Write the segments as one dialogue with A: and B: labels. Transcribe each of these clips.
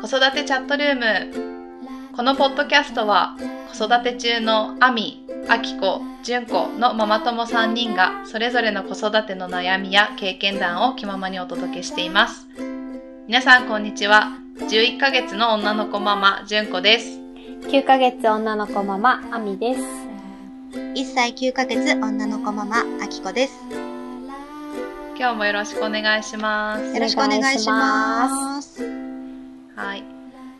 A: 子育てチャットルームこのポッドキャストは子育て中のアミ、アキコ、ジュンコのママ友3人がそれぞれの子育ての悩みや経験談を気ままにお届けしています皆さんこんにちは11ヶ月の女の子ママ、ジュンコです
B: 9ヶ月女の子ママ、アミです。
C: 1歳9ヶ月女の子ママあきこです
A: 今日もよろしくお願いします
C: よろしくお願いします
A: はい。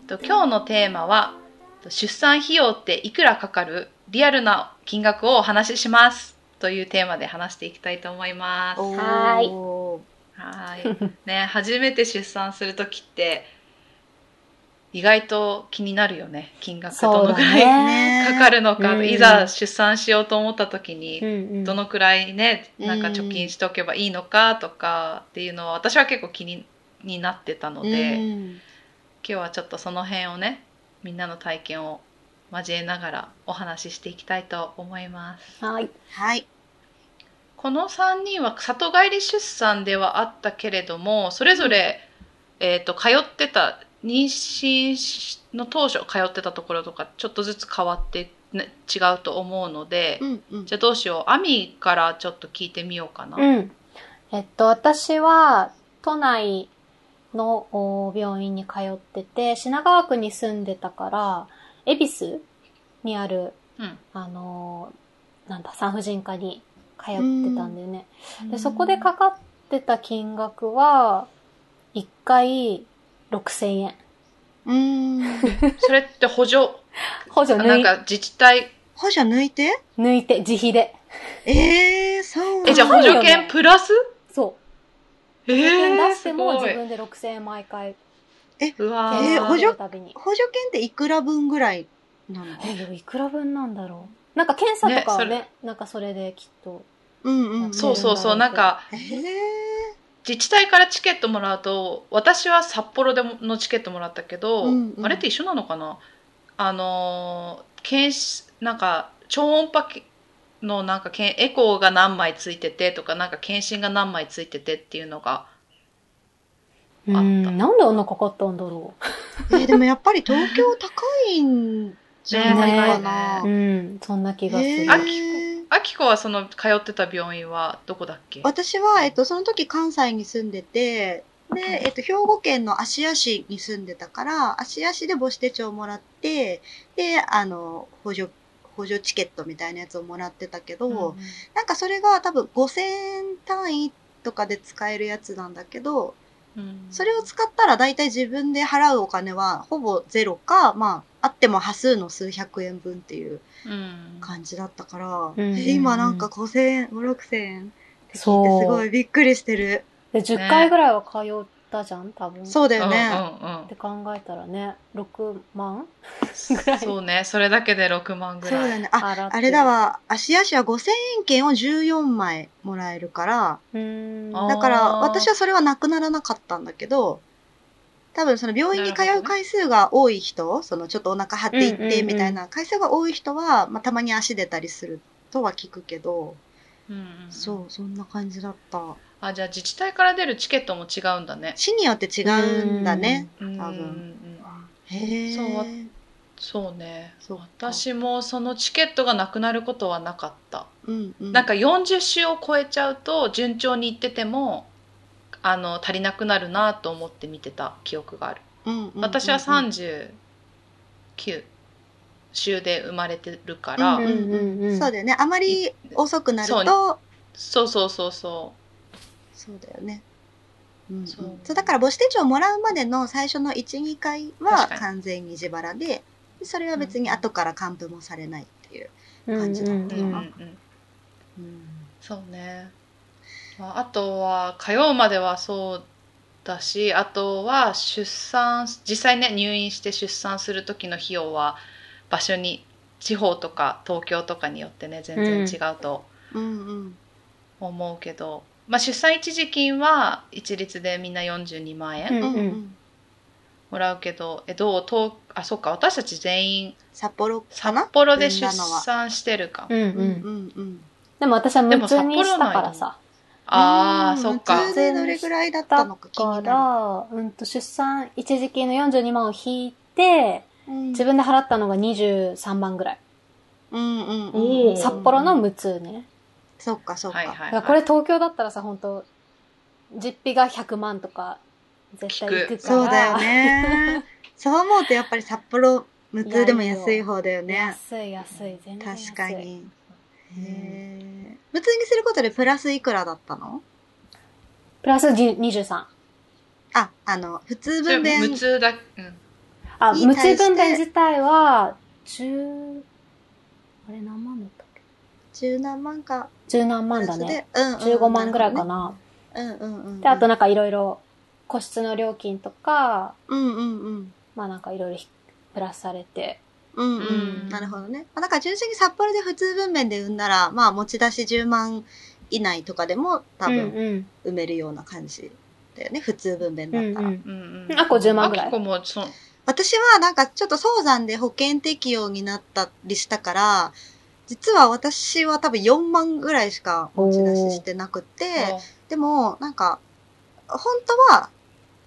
A: と今日のテーマはと出産費用っていくらかかるリアルな金額をお話ししますというテーマで話していきたいと思います。
C: おー
B: はい
A: はい。ね、初めて出産するときって意外と気になるよね。金額どのくらい
C: ね
A: かかるのか、
B: うん
A: いざ出産しようと思ったときに、
B: うんうん。
A: どのくらいね、
C: うん
A: なんか貯金しておけばいいのかとかっていうのは私は結構気にになってたので、今
C: うん
A: 日はちょっとその辺をね、みんなの体験を交えながらお話ししていきたいと思います。
B: はい。
C: はい
A: この3人は里帰り出産ではあったけれども、それぞれ、えっ、と、通ってた、妊娠しの当初通ってたところとか、ちょっとずつ変わって、ね、違うと思うので、
C: うんうん
A: じゃあどうしよう。アミからちょっと聞いてみようかな。
B: うん。えっと、私は、都内のお病院に通ってて、品川区に住んでたから、恵比寿にある、
A: うん
B: あのーなんだ、産婦人科に通ってたんだよね。で、そこで
A: か
B: かかってた金額は、1回6000円。
C: うん
A: それって補助、
B: 補助
A: な
B: 抜
A: ん
B: い
A: か自治体、
C: 補助抜いて
B: 抜いて、自費で。
C: えー、そう
A: え、じゃあ
B: 高
A: 補
B: いよ
A: 助
B: ね
A: 金プラス
B: そう。
A: え
B: 保険
A: ー、
B: 出して
A: す
B: も
A: ご
B: 自
A: い。
B: 分で6000円毎回
A: うわ
C: え
A: ー
C: ー補助
B: たびに。
C: 補助金っていくら分ぐらいなの
B: え、でもいくら分なんだろう。なんか検査とかはね、
A: ね
B: なんかそれできっと。
C: うんうん
A: そうそうそう、なんか、
C: えー
A: 自治体からチケットもらうと、私は札幌でものチケットもらったけど、
C: うんうん
A: あれって一緒なのかなあのー、検視、なんか、超音波けのなんかけん、エコーが何枚ついててとか、なんか検診が何枚ついててっていうのが、
B: うんなんであんなかかったんだろ
C: えーでもやっぱり東京高いんじゃないかな
B: う。うん、そんな気がする。
C: え
A: あ
C: ー
A: あきこはその通ってた病院はどこだっけ
C: 私は、えっと、その時関西に住んでて、で、えっと、兵庫県の芦屋市に住んでたから、芦屋市で母子手帳をもらって、で、あの、補助、補助チケットみたいなやつをもらってたけど、
A: うん
C: なんかそれが多分5000単位とかで使えるやつなんだけど、
A: うん
C: それを使ったら大体自分で払うお金はほぼゼロか、まあ、あっても端数の数百円分っていう
A: うん
C: 感じだったから、
B: うん
C: え今なんか5000円、5、6000円って聞いてす
B: そう
C: ごいびっくりしてる。
B: で、10回ぐらいは通ったじゃん、多分。う。
C: そうだよね。
A: うん うんうん
B: って考えたらね、6万ぐらい
A: そうね、それだけで6万ぐ
C: そう
A: ら
C: だ
A: い。
C: よね。あ、
B: 払って
C: あれだ。わ。芦屋市は5000円券を14枚もらえるから、
B: うん。
A: あー
C: だから私はそれはなくならなかったんだけど、多分その病院に通
A: なるほ
C: う
A: どね
C: 回数が多い人、そのちょっとお腹張ってい
B: う
C: っ
B: んうんう
C: て
B: ん
C: みたいな回数が多い人は、まあ、たまに足出たりするとは聞くけど、
A: うんうんうん
C: そう、そんな感じだった。
A: あ、じゃあ自治体から出るチケットも違うんだね。
C: 市によって違うんだね。
A: うんうんう
C: 多
A: ん。
C: へえ。
A: そうそうね。
C: そうか
A: 私もそのチケットがなくなることはなかった。
C: うんうん、
A: なんか40週を超えちゃうと順調にいってても、あの、足りなくなるなと思って見てた記憶がある。
C: うんうんうんうん、
A: 私は39週で生まれてるから、
B: うんうんうんうん
C: そうだよね。あまり遅くなる
A: そうね
C: と、
A: そうそうそうそう。
C: そうだよね。うん、
A: そう
C: そうだから母子手帳をもらうまでの最初の12回は
A: 確かに
C: 完全に自腹ででそれは別に後から還付もされないっていう、感じだったな
A: うんうん
B: うん
A: うん。
C: うん
A: そうね、まあ、あとは通うまではそうだしあとは出産実際ね入院して出産する時の費用は場所に地方とか東京とかによってね全然違うと
C: うんうん
A: 思うけど、まあ、出産一時金は一律でみんな42万
B: う
A: 円
B: ん
C: うんう
B: うん
C: ん
A: もらうけど、えどう東あそっか私たち全員
C: 札幌かな
A: 札幌で出
C: 産
A: 産してるかも。
B: うんう
C: うん
B: ん。
C: うんうん
B: でも私は無痛にしたからさ。
A: ああ、そっか。
C: 普通でどれぐらいだった
B: だ
C: のか気
B: か
C: にな
B: ら、うんと、出産一時金の42万を引いて、
C: る。うん
B: 自分で払ったのが23万ぐらい。
C: うんうん
A: おー
C: うん。
B: 札幌の無痛ね。
C: そっかそっ
A: はい
C: か。
A: はい、
B: だ
A: は
B: か
A: い。
B: らこれ東京だったらさ、本当実費が100万とか、絶対行くから。
C: そうだ よ。ね。そう思うとやっぱり札幌無痛でも安い方だよね。
B: 安い安い、全然安い。
C: 確か。に。
B: うん
C: へー無痛にすることでプラスいくらだったの
B: プラス10 23。
C: あ、あの、普通
A: それ
C: 分娩
A: 無痛だ、うん。
B: あ、
C: に
B: 無
C: 対して
B: 痛分娩自体は、10、あれ何万だったっ
C: 十何万か。
B: け ?10 何
C: プ
B: 万
C: ラ
B: だ
C: スで
B: ね。
C: うんうん
B: 15万ぐらいか
C: な。
B: な。
C: うんうんうん。
B: で、あとなんかいろいろ、個室の料金とか、
C: うんうんうん。
B: まあなんかいろいろひプラスされて。
C: うん
A: う
C: うんん。なるほどね。まあ、なんか純粋に札幌で普通分娩で産んだら、まあ持ち出し10万以内とかでも多
B: うん
C: 分
B: うん。
C: 産めるような感じだよね。普通分娩
B: う
C: だった
B: ん
C: ら。
B: うん。
A: うんうん。
B: あこう10万ぐらい
A: あきこも、その、
C: 私はなんかちょっと早産で保険適用になったりしたから、実は私は多分4万ぐらいしか持ち出ししてなくて、でもなんか、本当は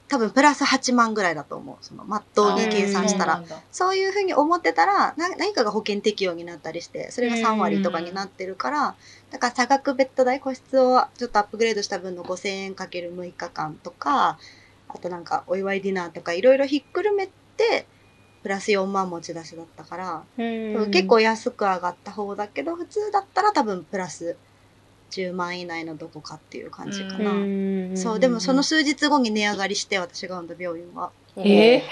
C: 多分プラス8万ぐらいだと思う。その、まっとうに計算したら。
A: あー。そうなんだ
C: そういうふうに思ってたら、な何かが保険適用になったりして、それが3割とかになってるから、だから差額ベッド代、個室をちょっとアップグレードした分の5000円かける6日間とか、あとなんかお祝いディナーとかいろいろひっくるめて、プラス4万持ち出しだったから、
B: うん
C: 結構安く上がった方だけど、普通だったら多分プラス10万以内のどこかっていう感じかな。
B: ん
C: そう、でもその、数日後に値上がりして、私が産んだ病院は。
B: え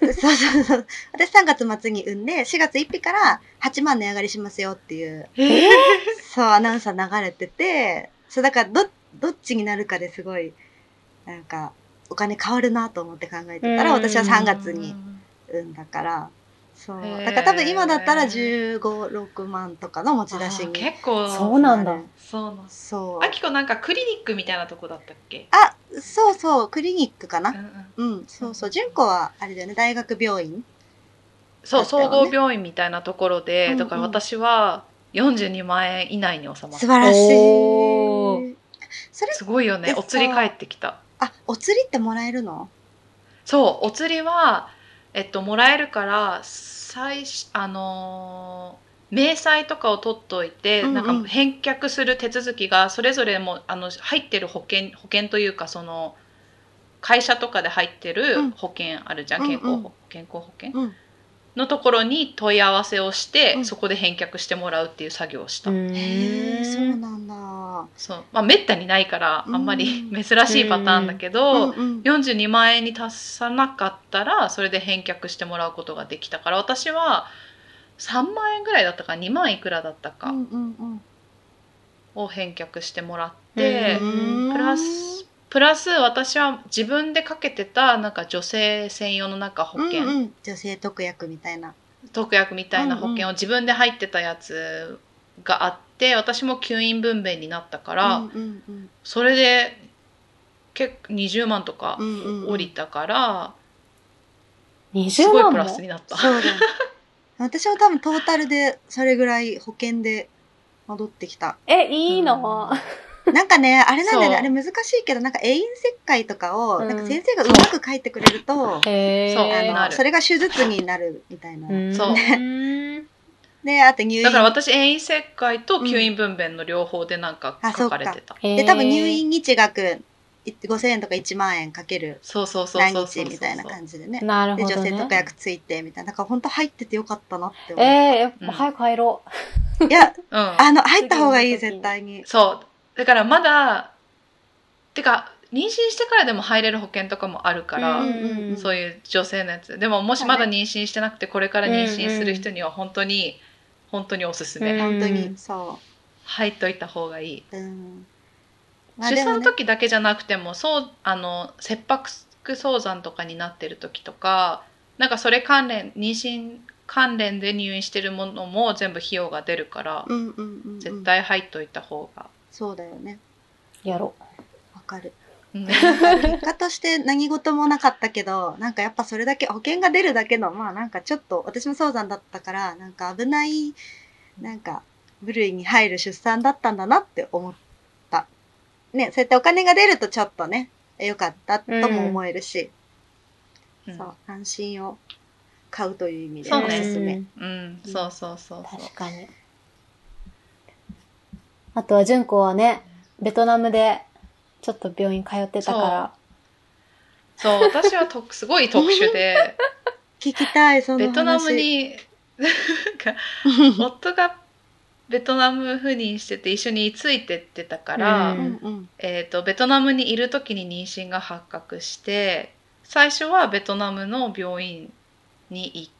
C: そうそうそう。私3月末に産んで、4月1日から8万値上がりしますよっていう、
A: え
C: そう、アナウンサー流れてて、そう、だからど、どっちになるかですごい、なんか、お金変わるなと思って考えてたら、
B: うん
C: 私は
A: ー
C: 3月に。産んだから、そう。
A: へー
C: だから多分今だったら15、6万とかの持ち出し
A: あ
C: に。
A: 結構、
B: そうなんだ。
A: そうなんです。
C: そう。
A: あきこなんかクリニックみたいなとこだったっけ
C: あ、そうそう、クリニックか
A: う
C: な。
A: んうん
C: うん、そうそう。純子は、あれだよね、大学病院。
A: そう、
C: だったよね
A: 総合病院みたいなところで、
C: うんうん
A: だから私は42万円以内に収まっ
C: 素晴
A: た。
C: らし
B: おー
C: い。それ
A: すごいよね。
C: え
A: お釣り返ってきた。
C: あ、お釣りってもらえるの
A: そう、お釣りは、えっと、もらえるから、最初、あのー明細とかを取っといて、
C: うんうん
A: なんか返却する手続きがそれぞれもあの入ってる保険保険というかその会社とかで入って
C: う
A: る
C: ん
A: 保険あるじゃん、
C: うんう
A: 健
C: ん
A: 康保健康保険
C: うん。
A: のところに問い合わせをして、
C: うん
A: そこで返却してもらうっていう作業をした。
C: へえ、そうんなんだ。
A: そうまあ、めったにないからあ
C: うん
A: んまり 珍しいパターンだけ
C: うん
A: ど、
C: うん。
A: 42万円に達さなかったらそれで返却してもらうことができたから私は3万円ぐらいだったか2万いくらだった
C: う
A: か
C: んうん
A: を返却してもらって、
C: うん。
A: プラスプラス私は自分でかけてたなんか女性専用のなんか保険、
C: うんうん、女性特約みたいな。
A: 特約みたいな保険を自分で入ってたやつがあって私も吸引分娩になったから、
C: うんうんうん
A: それで結構20万とか
C: うんうんうん
A: 降りたから、す
B: 20
A: ごい
B: 万
A: プ
B: も
A: ラスになった。
C: そうだよ。私は多分トータルでそれぐらい保険で戻ってきた。
B: え、いいの、
C: なんかね、あれなんだよね、
A: そう
C: あれ難しいけど、なんか永遠切開とかを、
B: うん
C: なんか先生がうまく書いてくれると、
B: へ
A: そう
B: え。
A: な
C: あの、
A: る
C: それが手術になるみたいな。
B: ん
A: そう
C: で、あと入院。
A: だから私遠因切開と吸引分娩の両方でなんか
C: うんあ
A: 書かれてた、
B: へー
C: で、多分入院日額い5000円とか1万円かける
A: そうそうそう
C: 何
A: そうそ
C: 日
A: う
C: みたいな感じでね。
B: なる
C: で
B: ほど、
C: 女
B: ね。
C: 性特約ついてみたいな。だから本当入っててよかったなって
B: えー、
C: 思
B: やっぱ早く入ろう。
C: う。いや、
A: うん
C: あの、入った方がいい、
B: 次の時に
C: 絶対に。
A: そうだからまだてか妊娠してからでも入れる保険とかもあるから、
C: うんうんうん
A: そういう女性のやつでももしまだ妊娠してなくてこれから妊娠する人には本当に、本当におすすめ、
B: うん
C: 本当
B: う
C: に、
B: ん
C: そ
A: 入っといた方がいい、
C: う。うん。
A: 出産の
C: ね、
A: 時だけじゃなくてもそうあの切迫早産とかになってる時とかなんかそれ関連妊娠関連で入院してるものも全部費用が出るから、
C: うんうんうん。
A: 絶。対入っといた方が、
C: そうだよね。
B: やろ
C: わかる。
A: うん
C: 結果として何事もなかったけど、なんかやっぱそれだけ保険が出るだけの、まあなんかちょっと、私も早産だったから、なんか危ない、なんか部類に入る出産だったんだなって思っね、そうやってお金が出るとちょっとね、良かったとも思えるし、
A: うん
C: そう、安心を買うという意味で
A: そう
C: お
A: ね
C: すすめ。
A: うん、そうそうそうそう。
B: 確かに。あとは、純子はね、ベトナムで、ちょっと病院通ってたから。
A: そう、私はとすごい特殊で、
C: 聞きた い、その話
A: ベトナム、に、なんか、夫がベトナム赴任してて一緒についてってたから、
B: う
C: うんんうん。
A: えー、とベトナムにいる時に妊娠が発覚して最初はベトナムの病院に行っ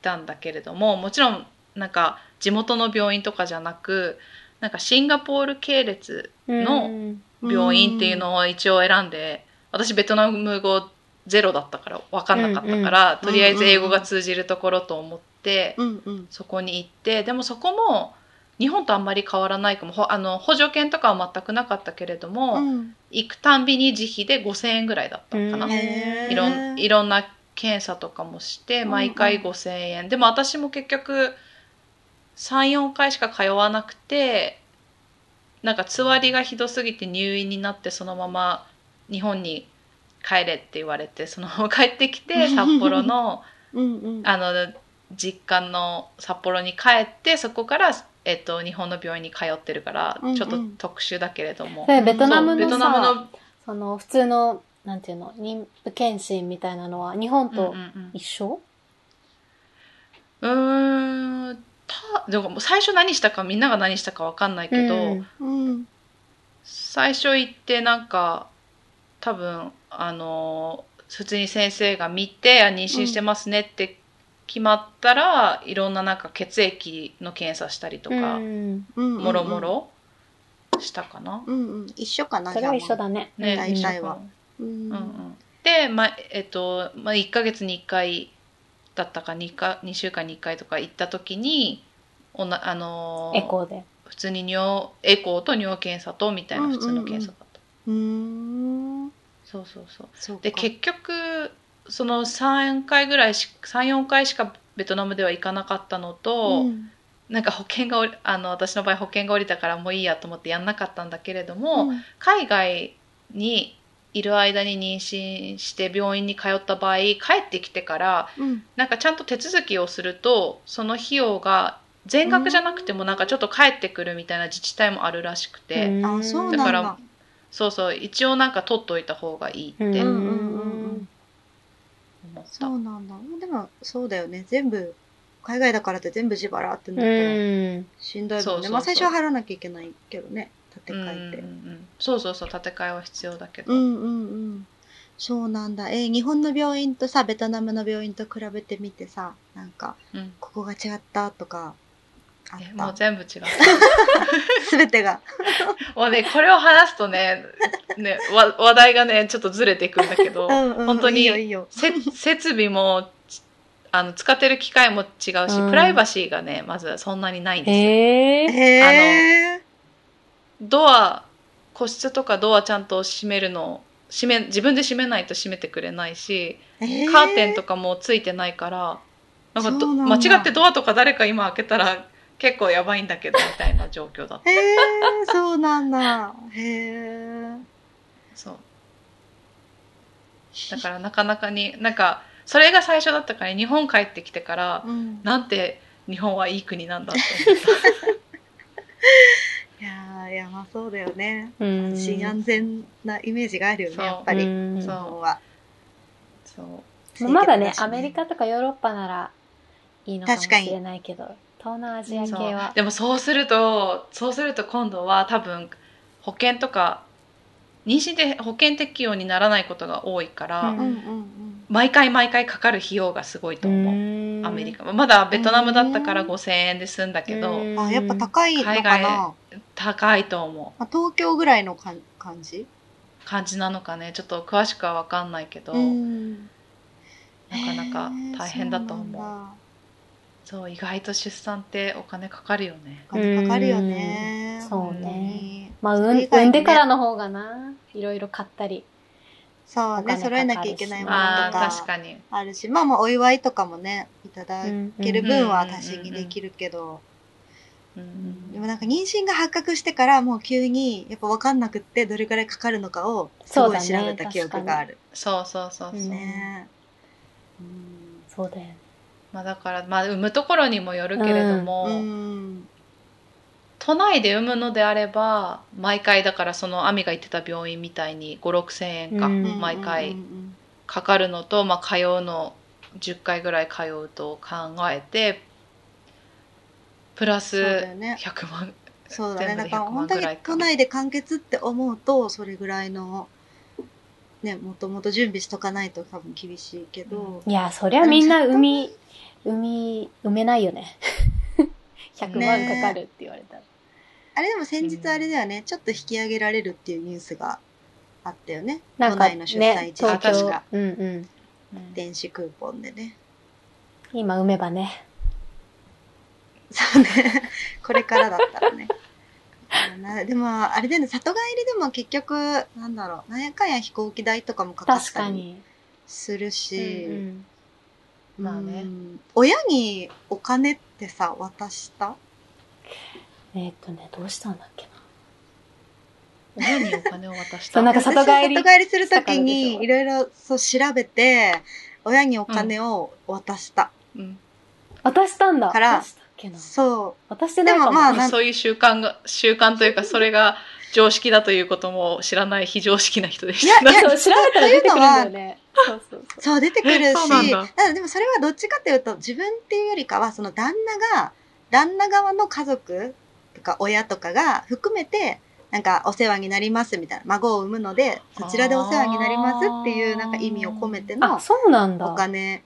A: たんだけれどももちろんなんか地元の病院とかじゃなくなんかシンガポール系列の
B: うん
A: 病院っていうのを一応選んで、私ベトナム語ゼロだったから分かんなかったから、とりあえず英語が通じるところと思って、
C: うんうん。
A: そこに行ってでもそこも日本とあんまり変わらないかもほあの補助犬とかは全くなかったけれども、
C: うん
A: 行くたんびに自費で5,000円ぐらいだったのかな、
B: うん
C: へー
A: いろんいろんな検査とかもして
C: うん
A: 毎回5,000円、でも私も結局34回しか通わなくてなんかつわりがひどすぎて入院になってそのまま日本に帰れって言われてそのまま帰ってき て札幌の
C: うんうん。
A: あの実家の札幌に帰ってそこから、えっと、日本の病院に通ってるから、
C: うんうん
A: ちょっと特殊だけれども。
B: それベトナ
A: そう
B: ムの
A: ベト
B: さ、
A: ナムの
B: その、普通の、なんていうの、妊婦検診みたいなのは、日本と
A: うんうん
B: 一緒、
A: うん、うーんたでも最初何したかみんなが何したかわかんないけど、
B: うん
C: うん。
A: 最初行ってなんか多分あのー普通に先生が見てあ妊娠してますねって決まったら、いろんななんか血液の検査したりとか、
B: うん
C: うん。
A: もろも。ろしたかな。
C: うんうん。一緒かな、
B: それは一緒
C: じゃあ。
B: だね。
A: ね
C: 大体はう
A: うんんうん、で、まあえっとまあ、1ヶ月に1回だったか 2, か2週間に1回とか行った時におな、あのー
B: エコーで。
A: 普通に尿エコーと尿検査とみたいな普通の検査だった、
C: うーん。
A: そうそうそう
C: そうか
A: で結局その3回ぐらいし34回しかベトナムでは行かなかったのと、
C: うん
A: なんか保険がおりあの私の場合保険が下りたからもういいやと思ってやんなかったんだけれども、
C: うん
A: 海外にいる間に妊娠して病院に通った場合帰ってきてから
C: うん
A: なんかちゃんと手続きをするとその費用が全額じゃなくてもなんかちょっと返ってくるみたいな自治体もあるらしくて、
B: うん
C: あそうなん
A: だ
C: だ
A: からそうそう一応なんか取っといた方がいいって
B: うんう
A: 思っ
B: んうん
A: た、
C: そうなんだ。でも、そうだよね。全部、海外だからって全部自腹って
B: う
C: なったら、
B: ん。うん。
C: しんどい
A: そうそ
C: も
A: う
C: ん
A: そ
C: ね。
A: う
C: まあ、最初は払わなきゃいけないけどね。立て
A: うんうん
C: 替えて
A: う。んそうそうそう建て替えは必要だけど、
C: うんうんうん。そうなんだ。えー日本の病院とさ、ベトナムの病院と比べてみてさ、なんか、
A: うん
C: ここが違ったとか、あ
A: え
C: っ
A: もう
C: た。
A: 全部違う
C: すべてが。
A: もうねこれを話すとねねわ話題がねちょっとずれていくんだけ ど
C: うんう ん
A: 本当に
C: いいよいいよ。
A: せ設備もちあの使ってる機械も違うし、
B: うん
A: プライバシーがねまずそんなにないんですよ
B: へえ。
C: へー。
A: ドア個室とかドアちゃんと閉めるの閉め自分で閉めないと閉めてくれないし、
C: え
A: カーテンと
C: か。
A: かもついてないからなんかど
C: そうなんだ
A: 間違ってドアとか誰か今開けたら結構やばいんだけどみたいな状況だった
C: へー、そうなんだ。へー。
A: そうだからなかなかになんかそれが最初だったから日本帰ってきてから、
C: うん。
A: なんて日本はいい国なんだって
C: いやー、いや、まあそうだよね。
B: うん
C: 安心安全なイメージがあるよ
A: そ
C: ね、
A: う
C: やっぱり。
B: うん
A: そう
C: 日本は。
A: そう
B: まあまだね、
C: 清潔し
B: アメリカとかヨーロッパならいいのかもしれないけど、東南アジア系
A: そう
B: は。
A: でもそうするとそうすると今度は多分保険とか妊娠で保険適用にならないことが多いから、
B: う
C: うんんうんうん。
A: 毎回毎回かかる費用がすごいと思う、
B: ア
A: アメリカはまだベトナムだったから
C: うん
A: 5,000円で済んだけど、
C: あ、やっぱ高いのかな。
A: 海外高いと思
C: まあ、東京ぐらいのかん感じ
A: う感じなのかねちょっと詳しくは分かんないけど、
C: ん。
A: なかなか大変だと思う
C: へーそうなんだ
A: そう意外と出産ってお金かかるよね
C: お金かかるよね。
B: うんそうね
C: 本
B: まあ、うん
C: 海外ね
B: 産んでからの方がな、いろいろ買ったり。
C: 当に。そう
B: お金かかる
C: ね、
B: し
C: 揃えなきゃいけないもの
A: あ
C: と
A: ー確
C: か
A: かに
C: あるし、まあまあお祝いとかもね、いただ
B: うん
C: ける分は足しにできるけど、
A: うん
C: でもなんか妊娠が発覚してからもう急にやっぱ分かんなくってどれくらいかかるのかをすごい
B: そう
C: 調
B: だね
C: べた記憶がある。
A: そうそうそうそう、
B: うん
C: ねうん
B: そうだよね。
A: まあだからまあ産むところにもよるけれども、
C: うん
A: 都内で産むのであれば毎回だからその亜美が行ってた病院みたいに56000円か、
B: うん
A: 毎
C: う
A: 回
C: んうん
A: かかるのと、まあ、通うの10回ぐらい通うと考えてプラス
C: そうだよね
A: 100万
C: そうだ
A: 全
C: ね
A: 部
C: だ
A: で
C: か
A: 100
C: ら
A: 万
C: 本
A: ぐ
C: 当
A: らい
C: に
A: か
C: 都内で完結って思うとそれぐらいのねもともと準備しとかないと多分厳しいけど、
B: いや、そりゃみんな産み、産み、産めないよね。100万かかるって言われたら。
C: あれでも先日あれだよね、ちょっと引き上げられるっていうニュースがあったよね
B: なんか
C: 都内の出産
B: ね、
C: 一時
B: 東
C: 確
B: 京
C: か、
B: うんうん。
A: で
C: 電子クーポンでね
B: 今産めばね。
C: そうね これからだったらねなでもあれだよね里帰りでも結局なんだろう何やかんや飛行機代とかもかかっ
B: 確
C: た
B: か
C: り
B: に。
C: する
B: うん
C: し、
B: うん
A: まあね
C: うん親にお金ってさ渡した
B: えーっとね、どうしたんだっけな。
A: 親にお金を渡し
B: そ
A: た
B: うなんか
C: 私
B: 里帰り
C: 里帰りするとき
B: したからでしょ
C: にいろいろそう調べて親にお金を渡した、
A: うん
B: 渡したんだ。
C: から
B: 渡したっけな。
C: そ
B: 渡してないかも。
C: でもまあなん
A: そういう習慣が習慣というかそれが常識だということも知らない非常識な人でし
C: いやい
A: た
B: そう、調べたら出てくるんだよね。そうそう
C: うそう出てくるし
A: そうなんだ
C: ただでもそれはどっちかというと自分っていうよりかはその旦那が旦那側の家族とか親とかが含めてなんかお世話になりますみたいな孫を産むのでそちらでお世話になりますっていうなんか意味を込めて
B: そう。
C: の
B: あ、そうなんだ。
C: お金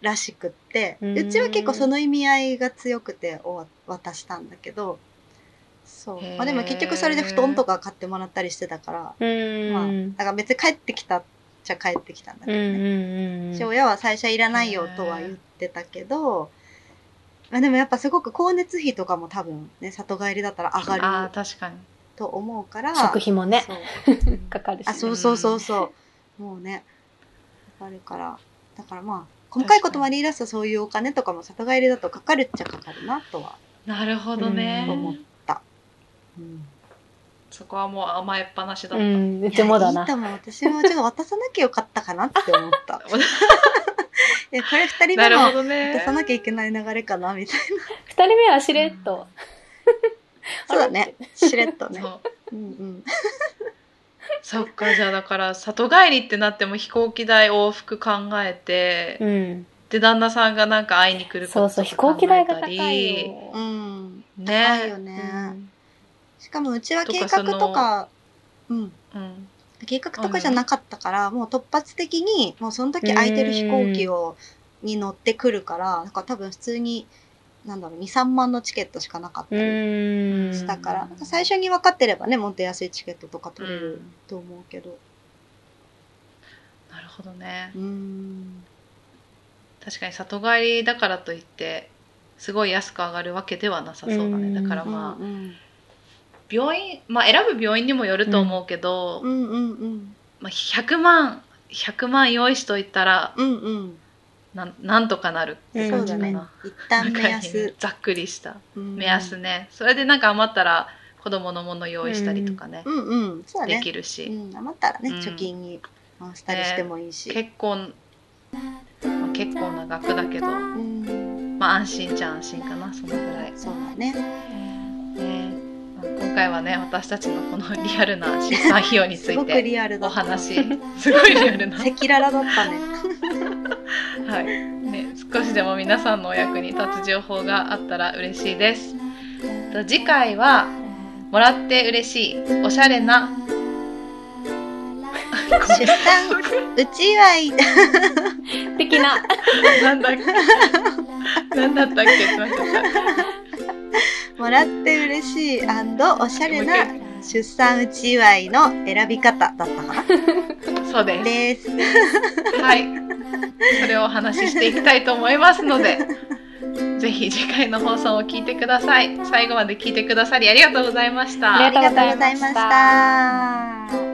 C: らしくって
B: うん
C: うちは結構その意味合いが強くてお渡したんだけどそう、
A: へー
C: まあ、でも結局それで布団とか買ってもらったりしてたから、
B: うーん。
C: まあ
B: うん
C: だから別に帰ってきたっちゃ帰ってきたんだけ
B: う
C: ど
B: ん
C: ね、
B: うんうん。
C: し親は最初はいらないよとは言ってたけど、まあ、でもやっぱすごく光熱費とかも多分ね里帰りだったら上が
A: あ
C: る
A: ー確かに
C: と思うから
B: 食費もね、
C: そう
B: かかるし。
C: あそうそうそうそうもうねかかるからだからまあ細かいことまで言い出すとそういうお金とかも里帰りだとかかるっちゃかかるなとは、
A: なるほどね、
B: うん
C: 思った、うん、
A: そこはもう甘えっぱなしだっ
B: う
A: た、
B: ん、うちもだ
C: いや
B: な
C: い
B: い
C: と。思う私もちょっと渡さなきゃよかったかなって思った いやこれ二人
A: な
C: 目
A: るほ
C: の
A: どね
C: 渡さなきゃいけない流れかなみたい
B: 二人目はしれっと。
C: なそうだねしれっとね
A: そう
C: うんうん
A: そっかじゃあだから里帰りってなっても飛行機代往復考えて、
B: うん。
A: で旦那さんがなんか会いに来るこ
B: そ
A: と
B: うそう、
A: と
B: 飛
A: か考
B: 行
A: え
B: 機代が
A: た
B: 高
A: り
B: いよ。
C: うん高いよ
A: ね、
B: う
C: ね、
B: ん
C: しかもうちは
A: と
C: 計
A: かそ
C: 画
A: の
C: とかうん
A: うん、
C: 計画とかじゃなかったから、もう突発的に、もうその時空いてる飛行機を、に乗ってくるから、なんか多分普通に、なんだろう、2、3万のチケットしかなかった
B: う
C: り
B: ーん。
C: したから、
A: うん
C: なんか最初に分かってればね、もっと安いチケットとか取れると思うけど。
A: なるほどね
C: うーん。
A: 確かに里帰りだからといってすごい安く上がるわけではなさそうだ
B: うん
A: ねだからまあ、
C: うんうん
A: 病院まあ選ぶ病院にもよると思うけど、
C: うんうんうん。
A: まあ、100万100万用意しといたら
C: うんうん。
A: なんなんとかなるって
C: そ
A: 感
C: う
A: じ
C: だ
A: かな、
C: ね
B: うん。
C: 一旦目
A: なんか
C: 安。
A: ざっくりした
C: 目
A: 目安。ね、それでなんか余ったら子供のもの用意したりとかね、
C: うんうん。そうだ
A: で
C: ね。
A: きる
C: う
A: し、
C: ん。余ったらね、
A: うん
C: 貯金に回したりしてもいいし。
A: 結構まあ結構な額だけど、
C: うん。
A: まあ、安心っちゃ安心かなそのぐらい、ね
C: そうだね。
A: まあ今回はね私たちのこのリアルな出産費用につ
C: す
A: い
C: ごく
A: て
C: リアルだ
A: お
C: った
A: 話すごいリアルな、 は
C: 赤裸々だったね。
A: いね、少しでも皆さんのお役に立つ情報があったら嬉しいですと次回はもらって嬉しいおしゃれな
C: 出産うち祝い
B: 的な。
A: なんだっ けなんだったっけってなっちゃった
C: もらって嬉しいおしゃれな出産うち祝いの選び方だったかな
A: そうで
C: です。
A: す。はい。それをお話ししていきたいと思いますので、ぜひ次回の放送を聞いてください。最後まで聞いてくださりありがとうございました。
B: ありがとうございました
C: ありがとうございました。